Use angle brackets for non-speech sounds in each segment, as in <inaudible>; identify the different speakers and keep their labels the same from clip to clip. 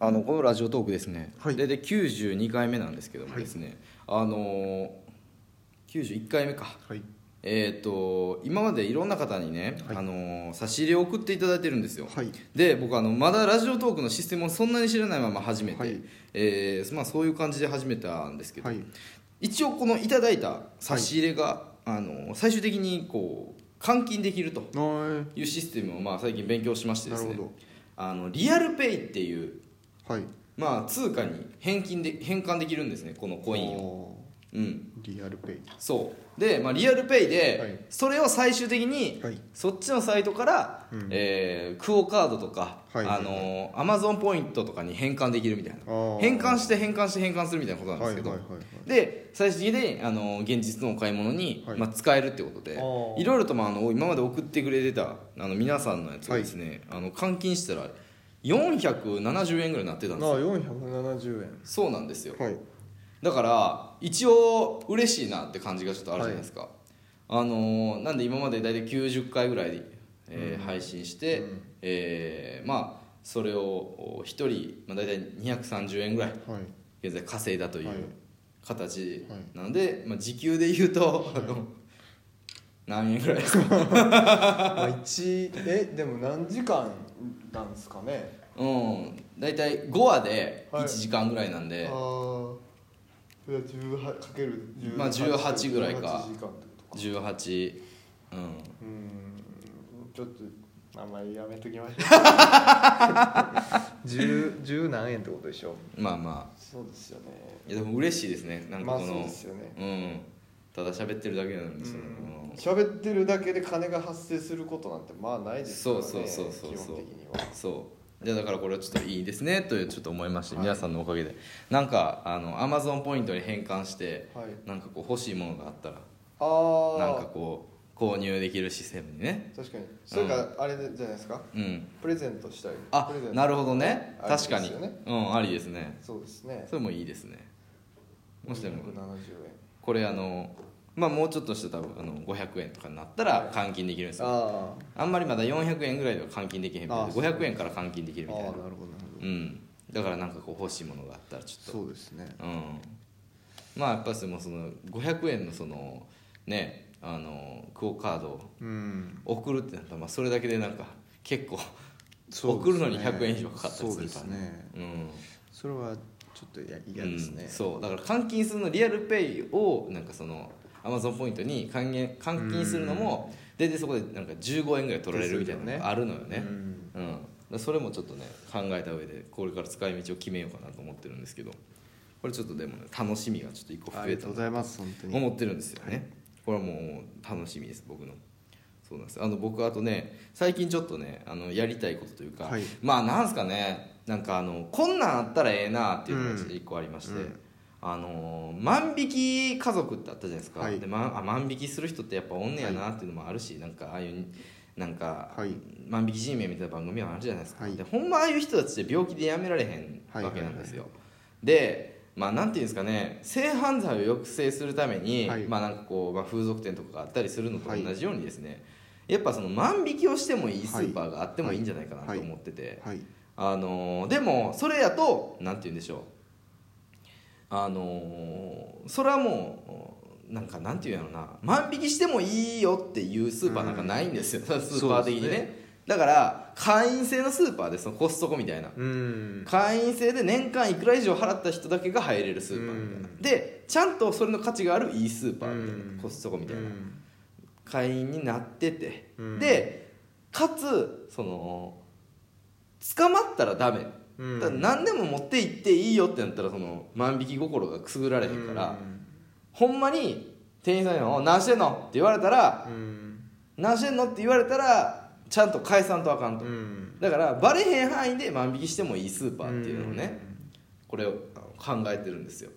Speaker 1: あのこのラジオトークですね、
Speaker 2: はい
Speaker 1: でで92回目なんですけどもですね、あのー、91回目か
Speaker 2: はい
Speaker 1: えっ、と今までいろんな方にね、
Speaker 2: はい
Speaker 1: あのー差し入れを送っていただいてるんですよ、
Speaker 2: はい
Speaker 1: で僕あのまだラジオトークのシステムをそんなに知らないまま始めて、
Speaker 2: はい
Speaker 1: えーまあ、そういう感じで始めたんですけど、
Speaker 2: はい
Speaker 1: 一応このいただいた差し入れが、あの最終的にこう換金できると
Speaker 2: は
Speaker 1: いうシステムをまあ最近勉強しましてですね
Speaker 2: なるほ
Speaker 1: あのリアルペイっていう、
Speaker 2: いはい
Speaker 1: まあ、通貨に返金で変換できるんですねこのコインを、
Speaker 2: を
Speaker 1: うん、
Speaker 2: リアルペイ
Speaker 1: そうで、まあ、リアルペイ
Speaker 2: はい
Speaker 1: でそれを最終的に
Speaker 2: はい
Speaker 1: そっちのサイトから、
Speaker 2: うん
Speaker 1: えークオ・カードとか、
Speaker 2: はい
Speaker 1: あのーアマゾンポイントとかに変換できるみたいな
Speaker 2: あー
Speaker 1: 変換して変換して変換するみたいなことなんで
Speaker 2: は
Speaker 1: す
Speaker 2: い
Speaker 1: け
Speaker 2: はい
Speaker 1: ど、
Speaker 2: はいはい
Speaker 1: で最終的に、あのー現実のお買い物に、
Speaker 2: はい
Speaker 1: まあ、使えるってことで
Speaker 2: あー
Speaker 1: いろいろと、まあ、あの今まで送ってくれてたあの皆さんのやつをですね、あの換金したら470円ぐらいになってた
Speaker 2: あ
Speaker 1: んですよ
Speaker 2: 470円
Speaker 1: そうなんですよ
Speaker 2: はい
Speaker 1: だから一応嬉しいなって感じがちょっとあるじゃないですか、あのーなんで今まで大体90回ぐらい、えー配信して、
Speaker 2: うん
Speaker 1: えーまあそれを1人、まあ、大体230円ぐらい
Speaker 2: はい
Speaker 1: 現在稼いだという
Speaker 2: はい
Speaker 1: 形 <laughs>
Speaker 2: はい
Speaker 1: なので、まあ、時給で言うと、あの何円ぐらいですか
Speaker 2: まあ一えでも何時間なんですかね
Speaker 1: うん大体5話で1時間ぐらいなん
Speaker 2: あ
Speaker 1: で、
Speaker 2: あ18かける18
Speaker 1: まあ18ぐらいか
Speaker 2: 18時間ってことか
Speaker 1: 18うん
Speaker 2: うーんちょっとあんまりやめときましょ <laughs> う十十何円ってことでしょ
Speaker 1: まあまあ
Speaker 2: そうですよね
Speaker 1: いやでも嬉しいですねなんか
Speaker 2: まあ
Speaker 1: こ
Speaker 2: そ
Speaker 1: の、
Speaker 2: うですよね
Speaker 1: うん、ただ喋ってるだけなんですよ、
Speaker 2: うん喋ってるだけで金が発生することなんてまあないですからね
Speaker 1: そうそうそうそうそう
Speaker 2: 基本的には
Speaker 1: そうじゃあだからこれはちょっといいですねというちょっと思いまして、皆さんのおかげでなんかあのアマゾンポイントに変換して
Speaker 2: はい
Speaker 1: なんかこう欲しいものがあったらなん
Speaker 2: あ
Speaker 1: かこう購入できるシステムにね
Speaker 2: あ確かにそれかあれじゃないですか
Speaker 1: うん
Speaker 2: プレゼントしたり
Speaker 1: あ
Speaker 2: プレゼント
Speaker 1: なるほどね
Speaker 2: ありです
Speaker 1: 確
Speaker 2: よ
Speaker 1: かに、
Speaker 2: ね
Speaker 1: うんありですね
Speaker 2: そうですね
Speaker 1: それもいいですねもしでも
Speaker 2: 270円
Speaker 1: これあのまあもうちょっとして多分あの500円とかになったら換金できるんですよ
Speaker 2: あ
Speaker 1: あんまりまだ400円ぐらいでは換金できへんみたい
Speaker 2: あ
Speaker 1: で
Speaker 2: そう
Speaker 1: 500円から換金でき
Speaker 2: あ
Speaker 1: るみたいな
Speaker 2: なるほどなるほ
Speaker 1: うんだからなんかこう欲しいものがあったらちょっと
Speaker 2: そうですね
Speaker 1: うんまあやっぱりもうその500円のそのねあのクオ・カードを
Speaker 2: うん
Speaker 1: 送るってなったらまあそれだけでなんか結構
Speaker 2: そうです
Speaker 1: 送るのに100円以上かかったりする
Speaker 2: そ
Speaker 1: か
Speaker 2: う
Speaker 1: ら
Speaker 2: ですね
Speaker 1: うん
Speaker 2: それはちょっとや嫌ですね、
Speaker 1: うんそうだから換金するのリアルペイをなんかそのアマゾンポイントに還元換金するのも大体そこでなんか15円ぐらい取られるみたいなのがあるのよね
Speaker 2: うん
Speaker 1: うん、だからそれもちょっとね考えた上でこれから使い道を決めようかなと思ってるんですけどこれちょっとでもね楽しみがちょっと一個増
Speaker 2: あり
Speaker 1: え
Speaker 2: がと
Speaker 1: た
Speaker 2: う
Speaker 1: な
Speaker 2: ございます本当に
Speaker 1: 思ってるんですよねこれはもう楽しみです僕のそうなんですあの僕あとね最近ちょっとねあのやりたいことというか、
Speaker 2: はい
Speaker 1: まあなんすかねなんかあのこんなんあったらええなっていうのが
Speaker 2: うん
Speaker 1: 一個ありまして、
Speaker 2: うん
Speaker 1: あのー万引き家族ってあったじゃないですか、
Speaker 2: はい
Speaker 1: でまあ万引きする人ってやっぱおんねやなっていうのもあるし、なんかああいうなんか、
Speaker 2: はい
Speaker 1: 万引き G メンみたいな番組はあるじゃないですか、
Speaker 2: はい
Speaker 1: でほんまああいう人たちって病気でやめられへ
Speaker 2: はい
Speaker 1: んわけなんですよ、でまあなんていうんですかね性犯罪を抑制するために、
Speaker 2: はい
Speaker 1: まあなんかこう、まあ、風俗店とかがあったりするのと同じようにですね、やっぱその万引きをしてもいいスーパーがあってもいいんじゃないかなと思ってて、
Speaker 2: はい
Speaker 1: あのーでもそれやとなんて言うんでしょうあのーそれはもうなんかなんて言うんやろな万引きしてもいいよっていうスーパーなんかないんですよ、 <laughs> スーパー的に
Speaker 2: そう
Speaker 1: ね
Speaker 2: です
Speaker 1: だから会員制のスーパーでそのコストコみたいな
Speaker 2: うん
Speaker 1: 会員制で年間いくら以上払った人だけが入れるスーパーみたいな、
Speaker 2: うん
Speaker 1: でちゃんとそれの価値があるいいスーパーみたいな、
Speaker 2: うん
Speaker 1: コストコみたいな、
Speaker 2: うん
Speaker 1: 会員になってて、
Speaker 2: うん
Speaker 1: でかつその捕まったらダメ、
Speaker 2: うん
Speaker 1: だから何でも持って行っていいよってなったらその万引き心がくすぐられへんから、ほんまに店員さんに「お何してんの?」って言われたら
Speaker 2: うん
Speaker 1: 「何してんの?」って言われたらちゃんと返さんとあかんと、
Speaker 2: うん
Speaker 1: だからバレへん範囲で万引きしてもいいスーパーっていうのをね、これをあの考えてるんですよ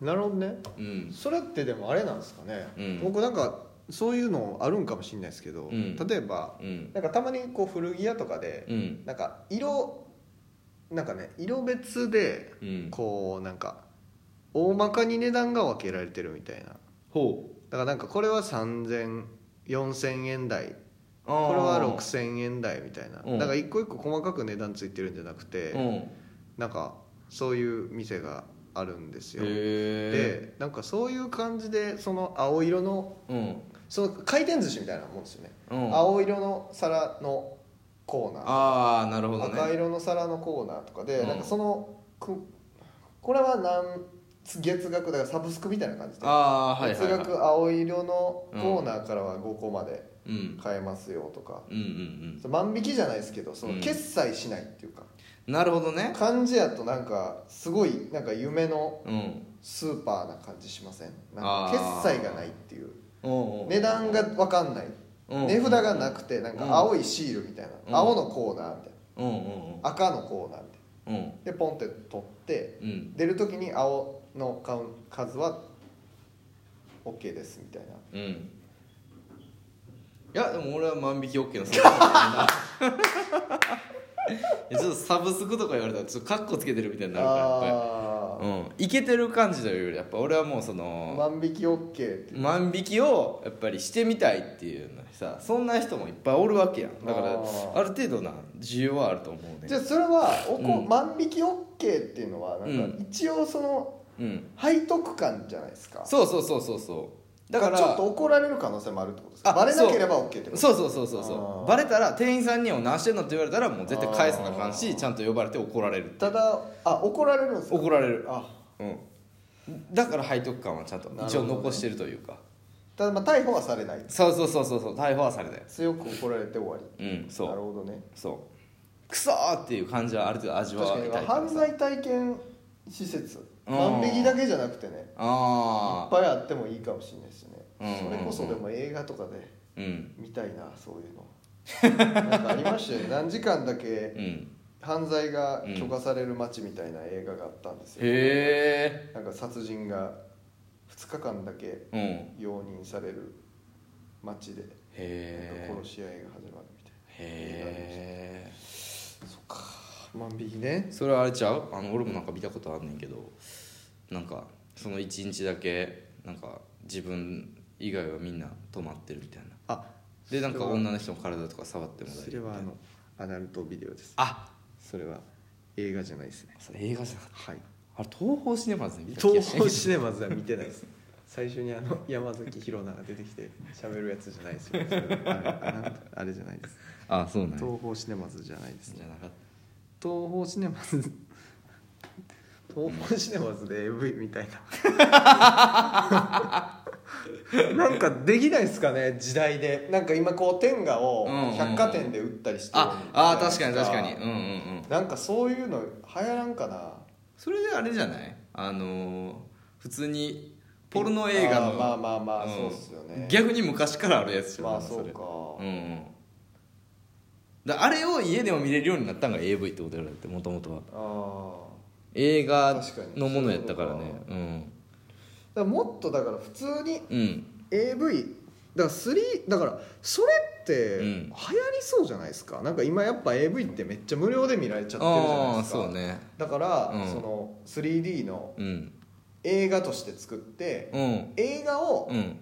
Speaker 2: なるほどね
Speaker 1: うん
Speaker 2: それってでもあれなんですかね、
Speaker 1: うん
Speaker 2: 僕なんかそういうのあるんかもしれないですけど、
Speaker 1: うん
Speaker 2: 例えば
Speaker 1: うん
Speaker 2: なんかたまにこう古着屋とかで、
Speaker 1: うん
Speaker 2: なんか色なんかね色別で
Speaker 1: うん
Speaker 2: こうなんか大まかに値段が分けられてるみたいなだか
Speaker 1: ほう
Speaker 2: らなんかこれは30004000円台
Speaker 1: これ
Speaker 2: これは6000円台みたいな
Speaker 1: うん
Speaker 2: だから一個一個細かく値段ついてるんじゃなくて
Speaker 1: うん
Speaker 2: なんかそういう店があるんですよ
Speaker 1: へ
Speaker 2: でなんかそういう感じでその青色の
Speaker 1: えうん
Speaker 2: その回転寿司みたいなもんですよね、
Speaker 1: うん
Speaker 2: 青色の皿のコーナー
Speaker 1: ああなるほど
Speaker 2: 赤
Speaker 1: ね
Speaker 2: 色の皿のコーナーとかで、
Speaker 1: うん
Speaker 2: なんかそのくこれは何月額だからサブスクみたいな感じで、
Speaker 1: ああはいはい、
Speaker 2: 月
Speaker 1: は
Speaker 2: 額青色のコーナーからは5個まで
Speaker 1: い、うん
Speaker 2: 買えますよとか、
Speaker 1: うんうん
Speaker 2: その万引きじゃないですけどその
Speaker 1: うん
Speaker 2: 決済しないっていうか、
Speaker 1: うんなるほどね
Speaker 2: 感じやとなんかすごいなんか夢の
Speaker 1: うん
Speaker 2: スーパーな感じしませんなん
Speaker 1: あ
Speaker 2: か
Speaker 1: ー
Speaker 2: 決済がないっていう
Speaker 1: おうおう
Speaker 2: 値段が分かんない
Speaker 1: うん
Speaker 2: 値札がなくてなんか青いシールみたいな、
Speaker 1: うん
Speaker 2: 青のコーナーみたい
Speaker 1: うんうん
Speaker 2: な赤のコーナーみたいな
Speaker 1: うんうん
Speaker 2: でポンって取って
Speaker 1: うん
Speaker 2: 出る時に青のカウン数は OK ですみたいな
Speaker 1: うんいやでも俺は万引き OK のサブスクだ <laughs> ないやちょっとサブスクとか言われたらちょっとカッコつけてるみたいになるからやっぱり
Speaker 2: あ
Speaker 1: うん、いけてる感じというよりやっぱ俺はもうそ
Speaker 2: あ
Speaker 1: の
Speaker 2: 万引き OK って
Speaker 1: 万引きをやっぱりしてみたいっていうのにさそんな人もいっぱいおるわけやんだから
Speaker 2: あー
Speaker 1: ある程度な需要はあると思うね
Speaker 2: じゃあそれはおこ、
Speaker 1: うん
Speaker 2: 万引き OK っていうのはなん
Speaker 1: う
Speaker 2: か一応その
Speaker 1: うん
Speaker 2: 背徳感じゃないですか、
Speaker 1: そうそうそうそうそうだか
Speaker 2: だか
Speaker 1: ら
Speaker 2: らちょっと怒られる可能性もあるってことですか
Speaker 1: あ
Speaker 2: バレなければ OK ってこと
Speaker 1: そうそうそうそうそ
Speaker 2: あー
Speaker 1: うバレたら店員さんに「お何してんの?」って言われたらもう絶対返さなあかん
Speaker 2: あ
Speaker 1: し
Speaker 2: ー
Speaker 1: ちゃんと呼ばれて怒られる
Speaker 2: ただあ怒られるんですか
Speaker 1: 怒られる
Speaker 2: あ
Speaker 1: うんだから背徳感はちゃんと
Speaker 2: なるほ
Speaker 1: 一
Speaker 2: ど
Speaker 1: 応
Speaker 2: ね
Speaker 1: 残してるというか
Speaker 2: ただまあ逮捕はされない
Speaker 1: そうそうそうそうそう逮捕はされたよ
Speaker 2: 強く怒られて終わり
Speaker 1: うんそ
Speaker 2: なる
Speaker 1: う
Speaker 2: ほどね
Speaker 1: そうクソーっていう感じはある程度味
Speaker 2: 確
Speaker 1: わ
Speaker 2: か
Speaker 1: い
Speaker 2: に
Speaker 1: たいから
Speaker 2: 犯
Speaker 1: さ
Speaker 2: 罪体験施設
Speaker 1: うん
Speaker 2: 万引きだけじゃなくてねいっ
Speaker 1: ああ
Speaker 2: ぱいあってもいいかもしれないですね
Speaker 1: うんうんうん
Speaker 2: それこそでも映画とかで
Speaker 1: うん
Speaker 2: 見たいなそうい
Speaker 1: <laughs>
Speaker 2: うのなんかありましたよね何時間だけ
Speaker 1: うん
Speaker 2: 犯罪が許可される街みたいな映画があったんですよ
Speaker 1: へ
Speaker 2: なんか殺人が2日間だけ
Speaker 1: えうんへ
Speaker 2: 容認される街でなんか
Speaker 1: え
Speaker 2: 殺し合いが始まるみたい
Speaker 1: へえ
Speaker 2: な万引きね
Speaker 1: それはあれちゃうあの俺もなんか見たことあんねんけどなんかその一日だけなんか自分以外はみんな泊まってるみたいな
Speaker 2: あ
Speaker 1: でなんか
Speaker 2: それは
Speaker 1: 女の人の体とか触ってもらえ
Speaker 2: それ
Speaker 1: るみ
Speaker 2: は
Speaker 1: たい
Speaker 2: あ
Speaker 1: な
Speaker 2: のアダルトビデオです
Speaker 1: あ
Speaker 2: それは映画じゃないですね
Speaker 1: それ映画じゃなかっ
Speaker 2: はい
Speaker 1: たあれ東宝シネマズで見た気が
Speaker 2: 東
Speaker 1: し
Speaker 2: 宝シネマズは見てないです最初にあの山崎弘奈が出てきて喋るやつじゃないですよそれあれあなんあれじゃないです
Speaker 1: <laughs> あそうなんや
Speaker 2: 東宝シネマズじゃないです
Speaker 1: じゃなかっ
Speaker 2: 東宝シネマズ東宝シネマズで AV みたい <laughs> ななんかできないですかね時代でなんか今こう天下を
Speaker 1: うんうんうん
Speaker 2: 百貨店で売ったりしててる
Speaker 1: ああー確かに確かに
Speaker 2: じ
Speaker 1: う
Speaker 2: ゃ
Speaker 1: ん
Speaker 2: な
Speaker 1: うん
Speaker 2: いで
Speaker 1: うん
Speaker 2: すなんかそういうの流行らんかな
Speaker 1: それであれじゃないあのー普通にポルノ映画の
Speaker 2: あーまあまあまあ、
Speaker 1: ん
Speaker 2: そうっすよね
Speaker 1: 逆に昔からあるやつじゃん
Speaker 2: ま
Speaker 1: な
Speaker 2: あ
Speaker 1: ん
Speaker 2: そう
Speaker 1: れ
Speaker 2: か、
Speaker 1: うんうんだあれを家でも見れるようになったんが AV ってことやろだってもともとは
Speaker 2: ああ
Speaker 1: 映画
Speaker 2: 確かに
Speaker 1: のものやったから
Speaker 2: そういう
Speaker 1: ね
Speaker 2: こ
Speaker 1: うん
Speaker 2: だからもっとだから普通に
Speaker 1: うん
Speaker 2: AV だから3だからそれって
Speaker 1: う
Speaker 2: 流行
Speaker 1: ん
Speaker 2: りそうじゃないですか、なんか今やっぱ AV ってめっちゃ無料で見られちゃってるじゃない
Speaker 1: ああー
Speaker 2: ですか
Speaker 1: そうね
Speaker 2: だから、
Speaker 1: うん
Speaker 2: その 3D の
Speaker 1: うん
Speaker 2: 映画として作って、
Speaker 1: うん
Speaker 2: 映画を
Speaker 1: うん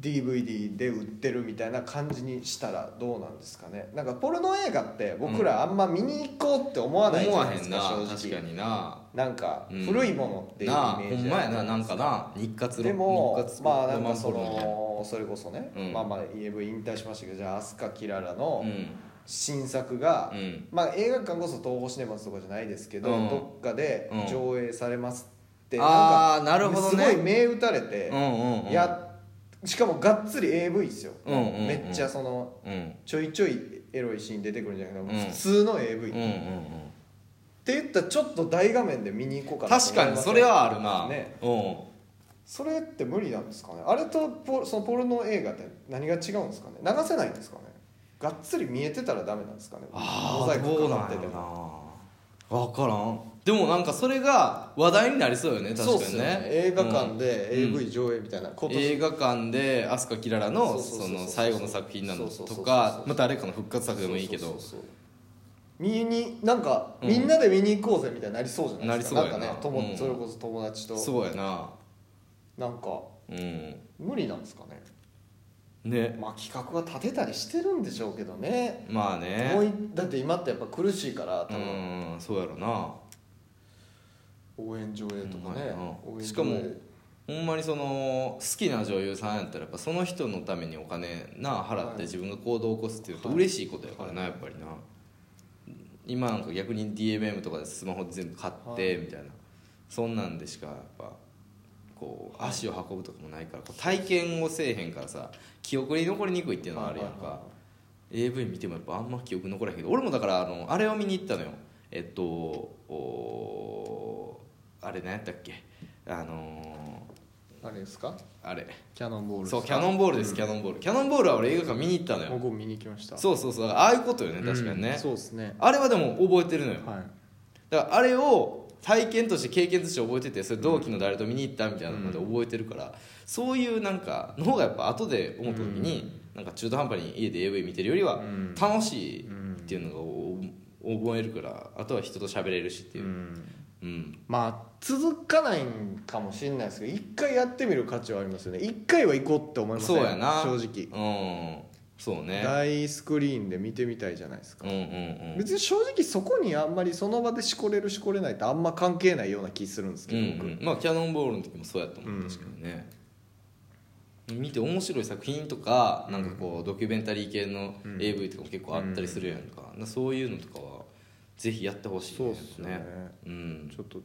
Speaker 2: DVD で売ってるみたいな感じにしたらどうなんですかねなんかポルノ映画って僕らあんま見に行こうって思わないじ
Speaker 1: 思
Speaker 2: ゃな
Speaker 1: わ
Speaker 2: い
Speaker 1: へ
Speaker 2: です
Speaker 1: ん
Speaker 2: か
Speaker 1: な、
Speaker 2: 正
Speaker 1: 確か
Speaker 2: 直
Speaker 1: にな
Speaker 2: なんか
Speaker 1: うん
Speaker 2: 古いものっていうイメ
Speaker 1: なあ
Speaker 2: ー
Speaker 1: ほ
Speaker 2: ジ
Speaker 1: んまやななんかな日活
Speaker 2: でも
Speaker 1: 日活
Speaker 2: まあなんかそ
Speaker 1: ロマンポルノ
Speaker 2: のそれこそね、
Speaker 1: うん
Speaker 2: まあまあ EV 引退しましたけどじゃあ飛鳥キララ
Speaker 1: み
Speaker 2: の新作が、
Speaker 1: たいなうん
Speaker 2: まあ映画館こそ東宝シネマズとかじゃないですけど、
Speaker 1: うん
Speaker 2: どっかで上映されますって、
Speaker 1: うん
Speaker 2: か
Speaker 1: あーなるほどね
Speaker 2: すごい銘打たれて、
Speaker 1: うんうんうん
Speaker 2: やしかもがっつり AV ですよ、
Speaker 1: うんうんうん
Speaker 2: めっちゃその
Speaker 1: うん
Speaker 2: ちょいちょいエロいシーン出てくるんじゃなくて、
Speaker 1: うん
Speaker 2: 普通の AV、
Speaker 1: うんう
Speaker 2: っ
Speaker 1: ん
Speaker 2: て
Speaker 1: うん
Speaker 2: 言ったらちょっと大画面で見に行こうかなと
Speaker 1: 確
Speaker 2: 思い
Speaker 1: か
Speaker 2: ま
Speaker 1: に
Speaker 2: せん
Speaker 1: それはあるな、
Speaker 2: ね
Speaker 1: う
Speaker 2: それって無理なんですかねあれとポそのポルノ映画って何が違うんですかね流せないんですかねがっつり見えてたらダメなんですかね
Speaker 1: んあ
Speaker 2: モザ
Speaker 1: あ
Speaker 2: イク
Speaker 1: どうな
Speaker 2: かかっ
Speaker 1: ん
Speaker 2: て
Speaker 1: や
Speaker 2: て
Speaker 1: ろ
Speaker 2: も
Speaker 1: な分からんでもなんかそれが話題になりそうよね
Speaker 2: そう
Speaker 1: 確
Speaker 2: っ
Speaker 1: か
Speaker 2: す
Speaker 1: に
Speaker 2: よ
Speaker 1: ね
Speaker 2: ね映画館で
Speaker 1: うん
Speaker 2: AV 上映みたいな、今年
Speaker 1: 映画館で飛鳥キララの
Speaker 2: そうそうそ
Speaker 1: そう
Speaker 2: そう
Speaker 1: の最後の作品なの
Speaker 2: そう
Speaker 1: と
Speaker 2: そうそうそう
Speaker 1: かまあ誰かの復活作でもいいけ
Speaker 2: そう
Speaker 1: ど
Speaker 2: そうそう見になんか、
Speaker 1: うん
Speaker 2: みんなで見に行こうぜみたいになりそうじゃないですか
Speaker 1: なりそうやなん
Speaker 2: かね友、
Speaker 1: うん
Speaker 2: それこそ友達と
Speaker 1: そうやな
Speaker 2: なんか
Speaker 1: うん
Speaker 2: 無理なんですかね
Speaker 1: ね
Speaker 2: まあ企画は立てたりしてるんでしょうけどね
Speaker 1: まあ
Speaker 2: 思
Speaker 1: ね
Speaker 2: いだって今ってやっぱ苦しいから
Speaker 1: う
Speaker 2: 多分、
Speaker 1: んそうやろな
Speaker 2: 応援上映とかね、
Speaker 1: うん
Speaker 2: 応援上映
Speaker 1: しかもほんまにその好きな女優さんやったらやっぱその人のためにお金な払っ
Speaker 2: はい
Speaker 1: て自分が行動を起こすっていうと
Speaker 2: はい
Speaker 1: 嬉しいことやからな、
Speaker 2: は
Speaker 1: やっぱりな今なんか逆に DMM とかでスマホ全部買ってみたいな、そんなんでしかやっぱこう足を運ぶとかもないからこう体験をせえへんからさ記憶に残りにくいっていうのがあるやん
Speaker 2: はいはい
Speaker 1: か
Speaker 2: はい
Speaker 1: AV 見てもやっぱあんま記憶残らへんけど俺もだからあのあれを見に行ったのよえっとおーあれ何やったっけあの
Speaker 2: あれですか
Speaker 1: ーあれ
Speaker 2: キャノンボール
Speaker 1: そうキャノンボールです、キャノンボールキャノンボールは俺映画館見に行ったのよ
Speaker 2: 僕も見に行きました
Speaker 1: そうそうそうだからああいうことよね確かに
Speaker 2: う
Speaker 1: ね
Speaker 2: ん、そうですね
Speaker 1: あれはでも覚えてるのよ
Speaker 2: はい
Speaker 1: だからあれを体験として経験として覚えててそれ同期の誰と見に行ったみたいなのまで覚えてるから、そういうなんかの方がやっぱ後で思った時に、なんか中途半端に家で AV 見てるよりは
Speaker 2: うん
Speaker 1: 楽しいっていうのがおお覚えるからあとは人と喋れるしっていうう、
Speaker 2: ん
Speaker 1: うん
Speaker 2: まあ続かないんかもしれないですけど一回やってみる価値はありますよね一回は行こうって思います
Speaker 1: そうやな
Speaker 2: 正直、
Speaker 1: うんそうね
Speaker 2: 大スクリーンで見てみたいじゃないです
Speaker 1: う
Speaker 2: か
Speaker 1: ん、うんうん
Speaker 2: 別に正直そこにあんまりその場でしこれるしこれないってあんま関係ないような気するんです
Speaker 1: う
Speaker 2: け
Speaker 1: ん
Speaker 2: ど、
Speaker 1: う
Speaker 2: 僕
Speaker 1: ん、まあキャノンボールの時もそうやと思う、
Speaker 2: うん
Speaker 1: 確かにね見て面白い作品とかなんかこうドキュメンタリー系の
Speaker 2: うん
Speaker 1: AV とかも結構あったりするやんか,、そういうのとかはぜひやってほしい
Speaker 2: そうっすよね
Speaker 1: うん
Speaker 2: ちょっと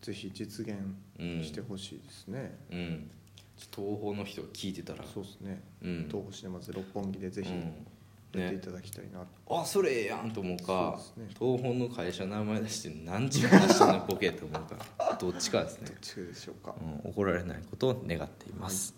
Speaker 2: ぜひ実現
Speaker 1: うん
Speaker 2: してほしいですね、
Speaker 1: うんちょっと東宝の人が聞いてたら
Speaker 2: そうですね、
Speaker 1: うん
Speaker 2: 東宝シネマズ六本木でぜひ
Speaker 1: うん
Speaker 2: やってい
Speaker 1: ね
Speaker 2: ただきたいな、
Speaker 1: あそれええやんと思うか
Speaker 2: そうですね
Speaker 1: 東宝の会社の名前出して何時間出したのボケと思うかどっちかですね
Speaker 2: <laughs> どっちでしょうか、
Speaker 1: うん怒られないことを願っています、